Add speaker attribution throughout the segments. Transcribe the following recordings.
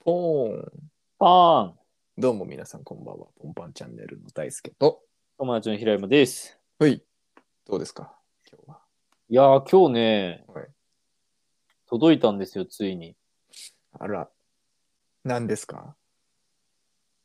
Speaker 1: ポーン。
Speaker 2: パーン
Speaker 1: どうも皆さん、こんばんは。ポンパンチャンネルの大輔と。
Speaker 2: 友達の平山です。
Speaker 1: はい。どうですか今日は。
Speaker 2: いやー、今日ね、
Speaker 1: はい
Speaker 2: 届いたんですよ、ついに。
Speaker 1: あら、何ですか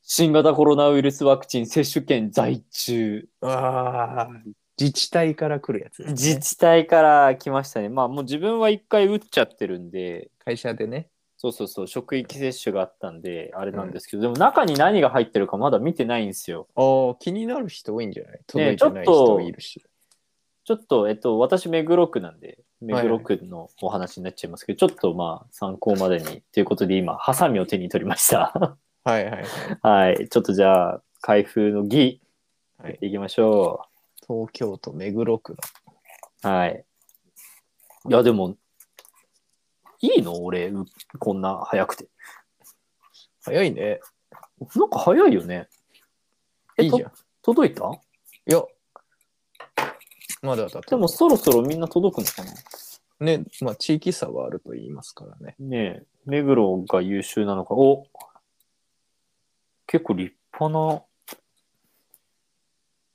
Speaker 2: 新型コロナウイルスワクチン接種券在中。
Speaker 1: ああ、自治体から来るやつですね、
Speaker 2: 自治体から来ましたね。まあ、もう自分は一回打っちゃってるんで、
Speaker 1: 会社でね。
Speaker 2: そうそうそう、職域接種があったんで、あれなんですけど、でも中に何が入ってるかまだ見てないんですよ。
Speaker 1: ああ、気になる人多いんじゃない届い
Speaker 2: ちょ
Speaker 1: て
Speaker 2: っと
Speaker 1: ない人いるし。
Speaker 2: ちょっと、えっと、私、目黒区なんで、目黒区のお話になっちゃいますけど、ちょっとまあ、参考までに、ということで今、ハサミを手に取りました。
Speaker 1: はいはいはい。
Speaker 2: はい、ちょっとじゃあ、開封の儀、
Speaker 1: はい
Speaker 2: やっていきましょ
Speaker 1: 東京都目黒区の。
Speaker 2: う。はい。いや、でも、いいの俺、うこんな早くて。
Speaker 1: 早いね。
Speaker 2: なんか早いよね。え
Speaker 1: いいじゃん。い
Speaker 2: 届いた
Speaker 1: や、まだだ
Speaker 2: で
Speaker 1: と。
Speaker 2: も、そろそろみんな届くのかな
Speaker 1: ね、まあ、地域差はあると言いますからね。
Speaker 2: ねえ、目黒が優秀なのか。お結構立派な。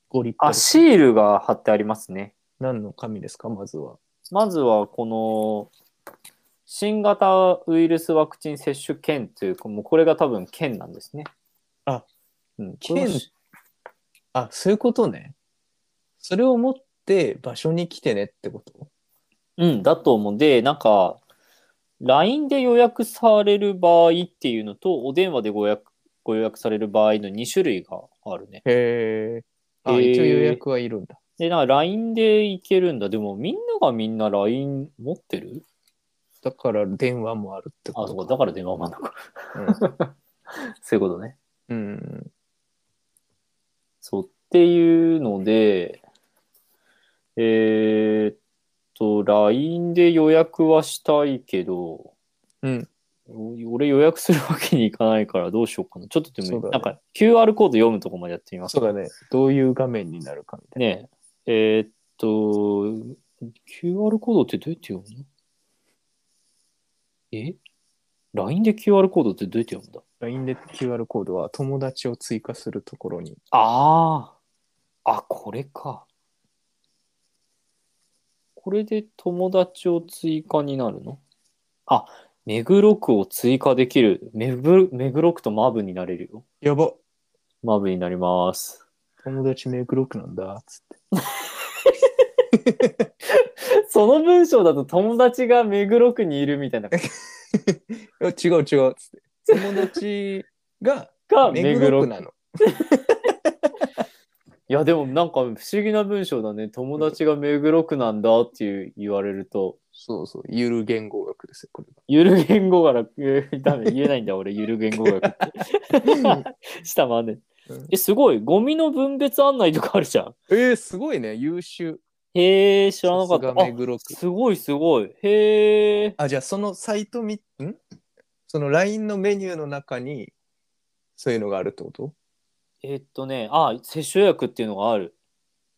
Speaker 1: ご立派
Speaker 2: あ、
Speaker 1: です。
Speaker 2: シールが貼ってありますね。
Speaker 1: 何の神ですかまずは。
Speaker 2: まずはこの新型ウイルスワクチン接種券というか、もうこれが多分券なんですね。
Speaker 1: あ、
Speaker 2: うん、
Speaker 1: 券
Speaker 2: これもし
Speaker 1: あ、そういうことね。それを持って場所に来てねってこと
Speaker 2: うん、だと思うんで、なんか、LINE で予約される場合っていうのと、お電話でご予約ご予約される場合の2種類があるね。
Speaker 1: へえ。あ、
Speaker 2: へー
Speaker 1: 一応予約はいるんだ。
Speaker 2: で、なんか LINE で行けるんだ。でもみんながみんな LINE 持ってる
Speaker 1: だから電話もあるってこ
Speaker 2: あ、そ
Speaker 1: と
Speaker 2: うか、だから電話もあんのか。
Speaker 1: か。
Speaker 2: そういうことね。
Speaker 1: うん。うん
Speaker 2: そうっていうので、えーっと、LINE で予約はしたいけど、
Speaker 1: うん
Speaker 2: お俺予約するわけにいかないからどうしようかな。ちょっとで
Speaker 1: そ
Speaker 2: も、
Speaker 1: うだね
Speaker 2: なんか QR コード読むとこまでやってみます
Speaker 1: そうだね。どういう画面になるかみたい
Speaker 2: ねえ。えーっと、QR コードってどうやって読むのえ ?LINE で QR コードってどうやって読むんだ
Speaker 1: な。LINE で QR コードは友達を追加するところに。
Speaker 2: ああ。あ、これか。これで友達を追加になるのあ、目黒区を追加できる。目黒目黒区とマブになれるよ。
Speaker 1: やば
Speaker 2: マブになります。
Speaker 1: 友達目黒区なんだ。つって。
Speaker 2: その文章だと友達が目黒区にいるみたいな。
Speaker 1: いや違う違う。つって。友達が
Speaker 2: が
Speaker 1: 目
Speaker 2: 目
Speaker 1: 黒
Speaker 2: 黒
Speaker 1: 区
Speaker 2: 区。
Speaker 1: なの。
Speaker 2: いや、でもなんか不思議な文章だね。友達が目黒区なんだっていう言われると。
Speaker 1: そうそう。ゆる言語学ですよ、 これは。
Speaker 2: ゆる言語から、えーダメ、言えないんだ、俺、ゆる言 語学って。下まで。
Speaker 1: うん
Speaker 2: え、すごい。ゴミの分別案内とかあるじゃん。
Speaker 1: えー、すごいね。優秀。
Speaker 2: へえ、知らなかった。
Speaker 1: さすが
Speaker 2: あ
Speaker 1: 目、黒区。
Speaker 2: すごいすごい。へえ。
Speaker 1: あ、じゃあそのサイトみ、んその LINE のメニューの中に、そういうのがあるってこと
Speaker 2: えーっとね、あ、接種予約っていうのがある。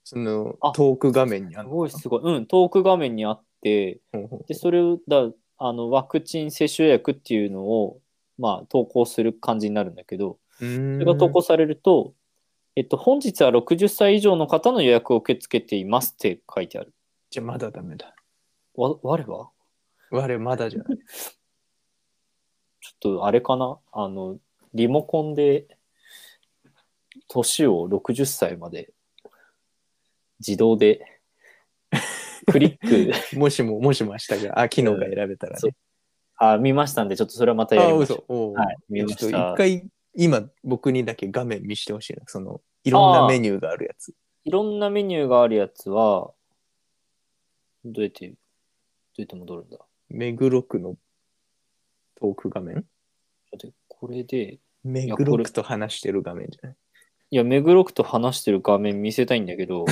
Speaker 1: その
Speaker 2: あ
Speaker 1: トーク画面にあ
Speaker 2: す
Speaker 1: る
Speaker 2: ごいすごい。うん、トーク画面にあって、で、それを、だあのワクチン接種予約っていうのを、まあ、投稿する感じになるんだけど、それが投稿されると、えっと、本日は60歳以上の方の予約を受け付けていますって書いてある。
Speaker 1: じゃあまだダメだ。
Speaker 2: わ、我は
Speaker 1: 我まだじゃない。
Speaker 2: ちょっとあれかなあの、リモコンで、年を60歳まで、自動で、 クリック、
Speaker 1: もしも、もしも明日が、あ、機能が選べたら
Speaker 2: そ
Speaker 1: ね
Speaker 2: う。あ、見ましたんで、ちょっとそれはまたや
Speaker 1: あ、
Speaker 2: りまし
Speaker 1: 嘘
Speaker 2: ょ。
Speaker 1: おう
Speaker 2: う。はい、見ま
Speaker 1: ちょっ
Speaker 2: し
Speaker 1: と一
Speaker 2: た。
Speaker 1: 回、今、僕にだけ画面見してほしいな。その、いろんなメニューがあるやつ。
Speaker 2: いろんなメニューがあるやつは、どうやって、どうやって戻るんだちょ
Speaker 1: 目黒区のトーク画面
Speaker 2: っと待ってこれで、
Speaker 1: 目
Speaker 2: や
Speaker 1: 黒
Speaker 2: これ
Speaker 1: 区と話してる画面じゃない
Speaker 2: いや、目黒区と話してる画面見せたいんだ けど、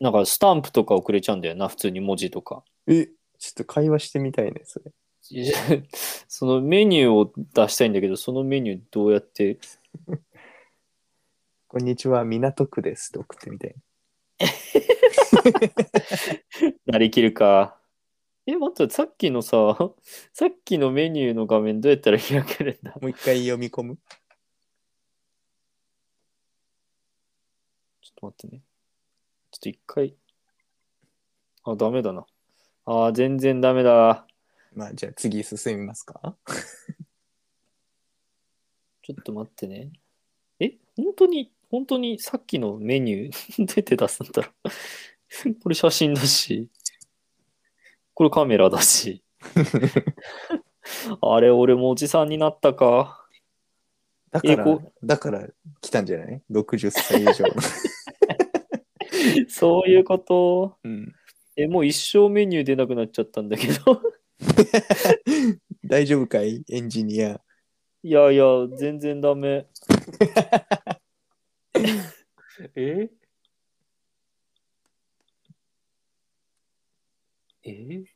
Speaker 2: なんかスタンプとか遅れちゃうんだよな、普通に文字とか。
Speaker 1: え、ちょっと会話してみたいね、それ。
Speaker 2: いや そのメニューを出したいんだけど、そのメニューどうやって、
Speaker 1: こんにちは、港区ですって送ってみたい。
Speaker 2: なりきるか。え、待って、さっきのさ、 さっきのメニューの画面どうやったら開けるんだ
Speaker 1: もう一回読み込む。
Speaker 2: ちょっと待ってね。ちょっと一回。あ、ダメだな。あー、全然ダメだ。
Speaker 1: まあ、じゃあ次進みますか。
Speaker 2: ちょっと待ってね。え、本当に、本当にさっきのメニュー 出て出すんだろう。 これ写真だし、これカメラだし。 あれ、俺もおじさんになったか。
Speaker 1: だから
Speaker 2: えこ、
Speaker 1: だから来たんじゃない ?60 歳以上の。
Speaker 2: そういうこと。
Speaker 1: うん、
Speaker 2: え、もう一生メニュー出なくなっちゃったんだけど。
Speaker 1: 大丈夫かいエンジニア。
Speaker 2: いやいや、全然ダメ。 ええ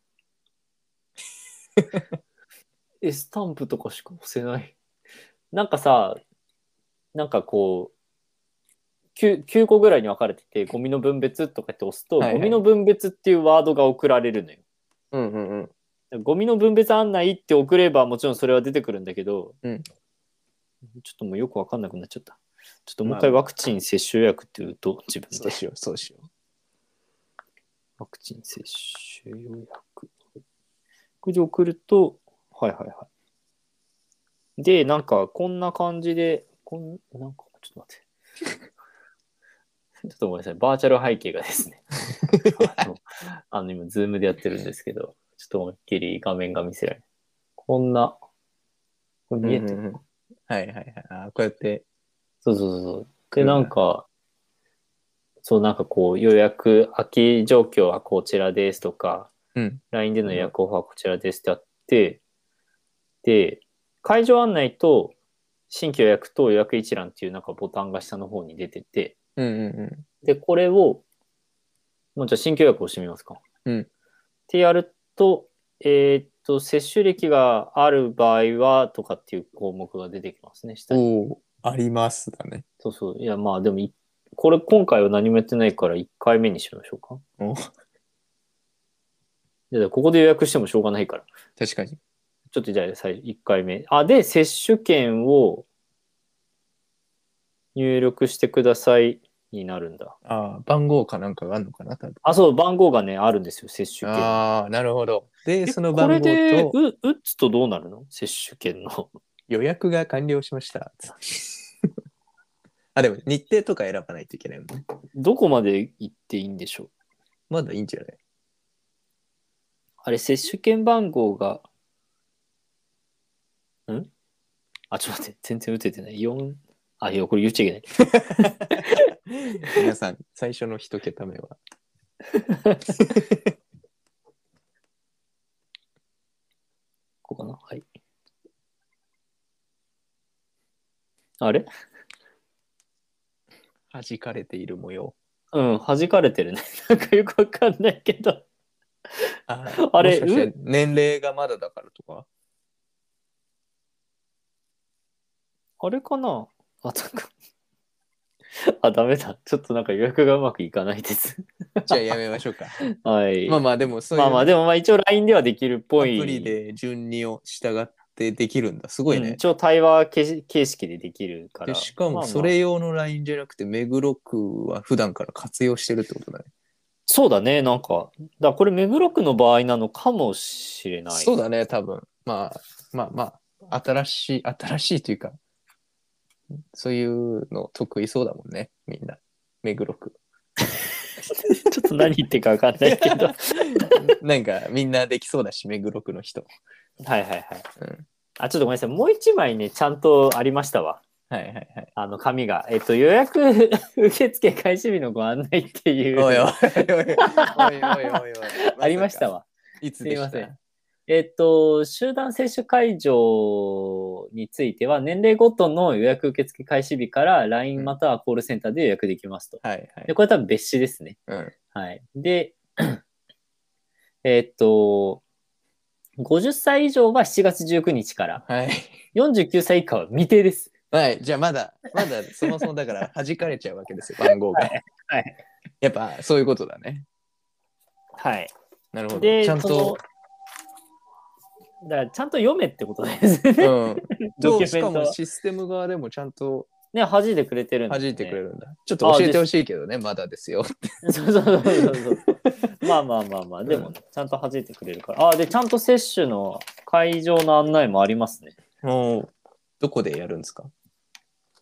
Speaker 2: え、スタンプとかしか押せない。なんかさ、なんかこう、9, 9個ぐらいに分かれてて、ゴミの分別とかって押すと、
Speaker 1: はいはい
Speaker 2: ゴミの分別っていうワードが送られるのよ。
Speaker 1: うんうんうん。
Speaker 2: ゴミの分別案内って送ればもちろんそれは出てくるんだけど、
Speaker 1: うん
Speaker 2: ちょっともうよくわかんなくなっちゃった。ちょっともう一回ワクチン接種予約って言うと自分
Speaker 1: そう
Speaker 2: で。
Speaker 1: しよう、そうしよ
Speaker 2: ワクチン接種予約。これで送ると、はいはいはい。で、なんかこんな感じで、こんなんかちょっと待 って。ちょっとごめんなさい。バーチャル背景がですね。 あの、あの今、ズームでやってるんですけど、ちょっと思いっきり画面が見せられない。こんな、これ
Speaker 1: う。
Speaker 2: 見えて
Speaker 1: う
Speaker 2: る、
Speaker 1: んうんうんはいはいはい。あーこうやって。
Speaker 2: そうそうそうそう。で、なんか、そう、なんかこう、予約、空き状況はこちらですとか、
Speaker 1: うん。
Speaker 2: LINE での予約オファーはこちらですってあって、で、会場案内と新規予約と予約一覧っていうなんかボタンが下の方に出てて、
Speaker 1: うんうん
Speaker 2: で、これを、もうじゃあ新規予約をしてみますか。
Speaker 1: うん
Speaker 2: ってやると、えーっと、接種歴がある場合はとかっていう項目が出てきますね、
Speaker 1: う
Speaker 2: 下
Speaker 1: ん。
Speaker 2: に。
Speaker 1: おお、ありますだね。
Speaker 2: そうそう。いや、まあでもい、これ今回は何もやってないから1回目にしましょうか。
Speaker 1: お
Speaker 2: いや、だからここで予約してもしょうがないから。
Speaker 1: 確かに。
Speaker 2: ちょっとじゃあ最1回目。あ、で、接種券を入力してくださいになるんだ。
Speaker 1: ああ、番号かなんかがあるのかな、多分。
Speaker 2: あ、そう、番号がね、あるんですよ、接種券。
Speaker 1: ああ、なるほど。で、
Speaker 2: え
Speaker 1: その番号
Speaker 2: これで、う
Speaker 1: と、
Speaker 2: 打つとどうなるの接種券の。
Speaker 1: 予約が完了しま した。あ、でも日程とか選ばないといけないもんね。
Speaker 2: どこまで行っていいんでしょう
Speaker 1: まだいいんじゃ ない
Speaker 2: あれ、接種券番号が、んあ、ちょっと待って、全然打ててない。4、あ、いや、これ言っちゃいけない。
Speaker 1: 皆さん、最初の一桁目は。
Speaker 2: ここかなはい。あれ
Speaker 1: 弾かれている模様。
Speaker 2: うん、弾かれてるね。 なんかよくわかんないけど。
Speaker 1: あ
Speaker 2: あれ
Speaker 1: もしかして年齢がまだだからとか
Speaker 2: あれかなあ、なんか。 あ、ダメだ。ちょっとなんか予約がうまくいかないです。
Speaker 1: じゃあやめましょうか。
Speaker 2: はい。
Speaker 1: まあ
Speaker 2: ま
Speaker 1: まあ、でも
Speaker 2: あ、
Speaker 1: そういう
Speaker 2: まあ、
Speaker 1: ア
Speaker 2: でもまあ一応 LINE ではできるっぽ
Speaker 1: プ
Speaker 2: い。
Speaker 1: リで順にを従ってできるんだ。すごい
Speaker 2: うん
Speaker 1: ね。
Speaker 2: 一応対話形形式でできるから。
Speaker 1: でしか
Speaker 2: まあ
Speaker 1: も
Speaker 2: まあ
Speaker 1: それ用の LINE じゃなくて、目黒区は普段から活用してるってことだね。
Speaker 2: そうだね、なんか。だからこれ、目黒区の場合なのかもしれない。
Speaker 1: そうだね、多分。まあ、まあまあ、新しい、新しいというか、そういうの得意そうだもんね、みんな。目黒区。
Speaker 2: ちょっと何言ってるか分かんないけど。はい
Speaker 1: なんか、みんなできそうだし、目黒区の人。
Speaker 2: はいはい。
Speaker 1: うん
Speaker 2: あ、ちょっとごめんなさい。もう一枚ね、ちゃんとありましたわ。
Speaker 1: はいはい はい。
Speaker 2: あの、紙が。えっと、予約受付開始日のご案内っていう。
Speaker 1: おいおいおいおいおいおいお いおい。
Speaker 2: ありました
Speaker 1: わ。
Speaker 2: わ。
Speaker 1: いつでした
Speaker 2: すいませんえっと、集団接種会場については、年齢ごとの予約受付開始日から LINE またはコールセンターで予約できますと。
Speaker 1: はいはい
Speaker 2: で、。これ多分別紙ですね。
Speaker 1: うん。
Speaker 2: はい。で、 えーっと、50歳以上は7月19日から、
Speaker 1: はい。
Speaker 2: 49歳以下は未定です。
Speaker 1: はい。じゃあ、まだ、まだ、そもそもだ から、弾かれちゃうわけですよ、番号が。
Speaker 2: はい。
Speaker 1: やっぱ、そういうことだね。
Speaker 2: はい。
Speaker 1: なるほど。
Speaker 2: で、
Speaker 1: ちゃん
Speaker 2: その
Speaker 1: と、
Speaker 2: だからちゃんと読めってことですね。
Speaker 1: うん。 どう
Speaker 2: ドキュメ
Speaker 1: し
Speaker 2: ント
Speaker 1: か
Speaker 2: は
Speaker 1: もシステム側でもちゃんと
Speaker 2: ね、弾いてくれてるんです、
Speaker 1: 弾
Speaker 2: ね。
Speaker 1: いてくれるんだ。ちょっと教えてほしいけどね、まだですよ。
Speaker 2: そうそうそうそうそう。まあまあまあまあ、でもね、ちゃんと弾いてくれるから。ああ、で、ちゃんと接種の会場の案内もありますね。
Speaker 1: どこでやるんですか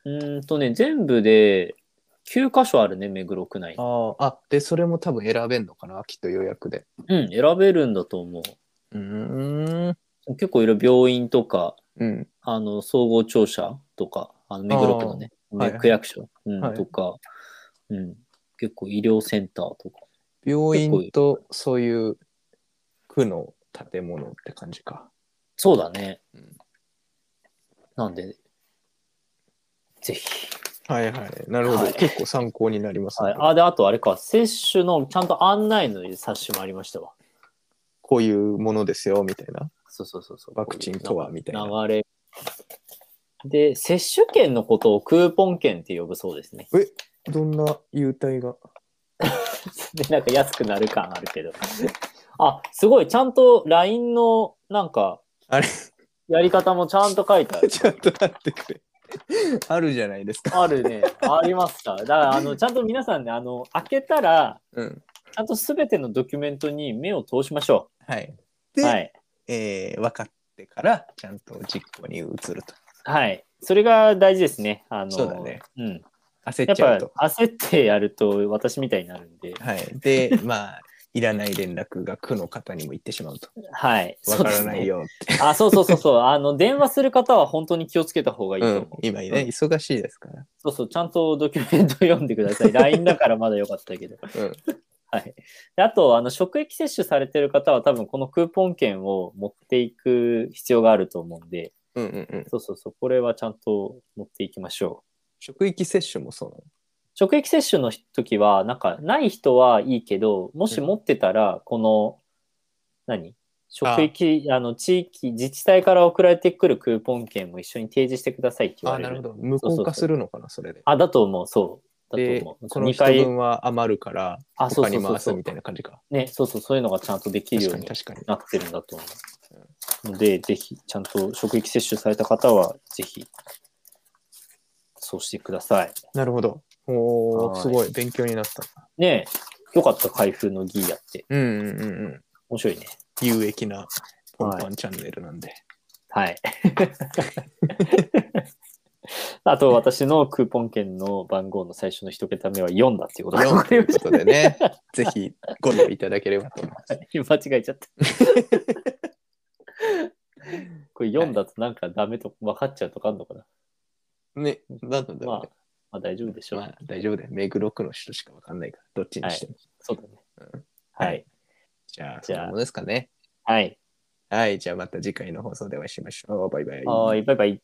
Speaker 2: うーんとね、全部で9箇所あるね、目黒区内
Speaker 1: あ。ーあ、で、それも多分選べんのかな、きっと予約で。
Speaker 2: うん、選べるんだと思う。
Speaker 1: うーん。
Speaker 2: 結構いろいろ病院とか、
Speaker 1: うん。
Speaker 2: あの、総合庁舎とか、あの目黒区のね、
Speaker 1: ーはいはい
Speaker 2: 区役所、うん
Speaker 1: はい
Speaker 2: とか、うん、結構医療センターとか。
Speaker 1: 病院とそういう区の建物って感じか。
Speaker 2: そうだね。
Speaker 1: うん
Speaker 2: なんで、ぜひ。
Speaker 1: はいはい。なるほど。
Speaker 2: はい
Speaker 1: 結構参考になりますね、
Speaker 2: はい、あ、で、あとあれか、接種のちゃんと案内の冊子もありましたわ。
Speaker 1: こういうものですよ、みたいな。
Speaker 2: そうそうそうそう。
Speaker 1: ワクチンとは、みたいな。
Speaker 2: 流れ。で、接種券のことをクーポン券って呼ぶそうですね。
Speaker 1: どんな優待が。
Speaker 2: で、なんか安くなる感あるけど。 あ、すごい、ちゃんと LINE の、なんか、
Speaker 1: あれ
Speaker 2: やり方もちゃんと書いてあ る。
Speaker 1: ちょっと待ってくれ。 あるじゃないですか。
Speaker 2: あるね。ありました。だから、あの、ちゃんと皆さんね、あの、開けたら、
Speaker 1: うん。
Speaker 2: ちゃんとすべてのドキュメントに目を通しましょ
Speaker 1: はい。
Speaker 2: う。
Speaker 1: で、
Speaker 2: はい。
Speaker 1: えー分かってから、ちゃんと実行に移ると。
Speaker 2: はい。それが大事ですね。あの、
Speaker 1: そうだね。
Speaker 2: うん。
Speaker 1: 焦
Speaker 2: や
Speaker 1: っ
Speaker 2: っ
Speaker 1: ちゃ
Speaker 2: ぱ
Speaker 1: うと。
Speaker 2: 焦ってやると私みたいになるんで、
Speaker 1: はい。で、まあ、いらない連絡が区の方にも行ってしまう と。
Speaker 2: はい。
Speaker 1: わからない
Speaker 2: よ。
Speaker 1: よって。
Speaker 2: あ、そうそうそうそう。あの、電話する方は本当に気をつけた方がいいと
Speaker 1: う
Speaker 2: 思う。
Speaker 1: ん、今ね、忙しいですから。
Speaker 2: そうそう、ちゃんとドキュメント読んでくだ さい。LINE だからまだよかったけど。
Speaker 1: うん。
Speaker 2: はい。であと、あの、職域接種されてる方は多分このクーポン券を持っていく必要があると思うんで、
Speaker 1: うんうんうん。
Speaker 2: そうそうそう、これはちゃんと持っていきましょう。
Speaker 1: 職域接種もそうなの
Speaker 2: 職域接種の時は、なんか、ない人はいいけど、もし持ってたら、この、何職域、あの、地域、自治体から送られてくるクーポン券も一緒に提示してくださいって言わ
Speaker 1: あ、
Speaker 2: れる。
Speaker 1: なるほど。無効化するのかな、それで。
Speaker 2: あだと思う、そう。だ
Speaker 1: で、
Speaker 2: と
Speaker 1: こ
Speaker 2: 思う。
Speaker 1: の
Speaker 2: 二
Speaker 1: 人
Speaker 2: 回
Speaker 1: 分は余るから、
Speaker 2: あ、そう
Speaker 1: 他
Speaker 2: そ
Speaker 1: に
Speaker 2: うそう
Speaker 1: 回
Speaker 2: そ
Speaker 1: す
Speaker 2: う
Speaker 1: みたいな感じか。
Speaker 2: ね、そうそう、そういうのがちゃんとできる
Speaker 1: 確
Speaker 2: よう
Speaker 1: か
Speaker 2: に
Speaker 1: に確かに。
Speaker 2: なってるんだと思う。ので、ぜひ、ちゃんと職域接種された方は、ぜひ、そうしてください。
Speaker 1: なるほど。お
Speaker 2: は
Speaker 1: ー、
Speaker 2: い
Speaker 1: すごい。勉強になった。
Speaker 2: ねえ、よかった、開封のギーやって。
Speaker 1: うんうんうんうん。
Speaker 2: 面白いね。
Speaker 1: 有益なポンパンチャンネルなんで。
Speaker 2: はい。 あと、私のクーポン券の番号の最初の一桁目は4だっていうことが
Speaker 1: よ
Speaker 2: 分
Speaker 1: っ
Speaker 2: か
Speaker 1: とい
Speaker 2: り
Speaker 1: う
Speaker 2: まし
Speaker 1: こ
Speaker 2: た
Speaker 1: とでね、ぜひご覧いただければと思います。
Speaker 2: 間違えちゃ った。これ4だとなんかダメと分かっちゃうとかあるのかな、
Speaker 1: ね、なんだろうね。
Speaker 2: まあ、まあ大丈夫でしょう。
Speaker 1: まあ大丈夫だよ。目黒区の人しかわかんないから、どっちにしても。
Speaker 2: そうだね。
Speaker 1: うん
Speaker 2: はい。
Speaker 1: じゃあ、
Speaker 2: じ
Speaker 1: そ
Speaker 2: ゃあ
Speaker 1: んなものですかね。
Speaker 2: はい。
Speaker 1: はい、じゃあまた次回の放送でお会いしましょう。バイバイ。
Speaker 2: はい、バイバイ。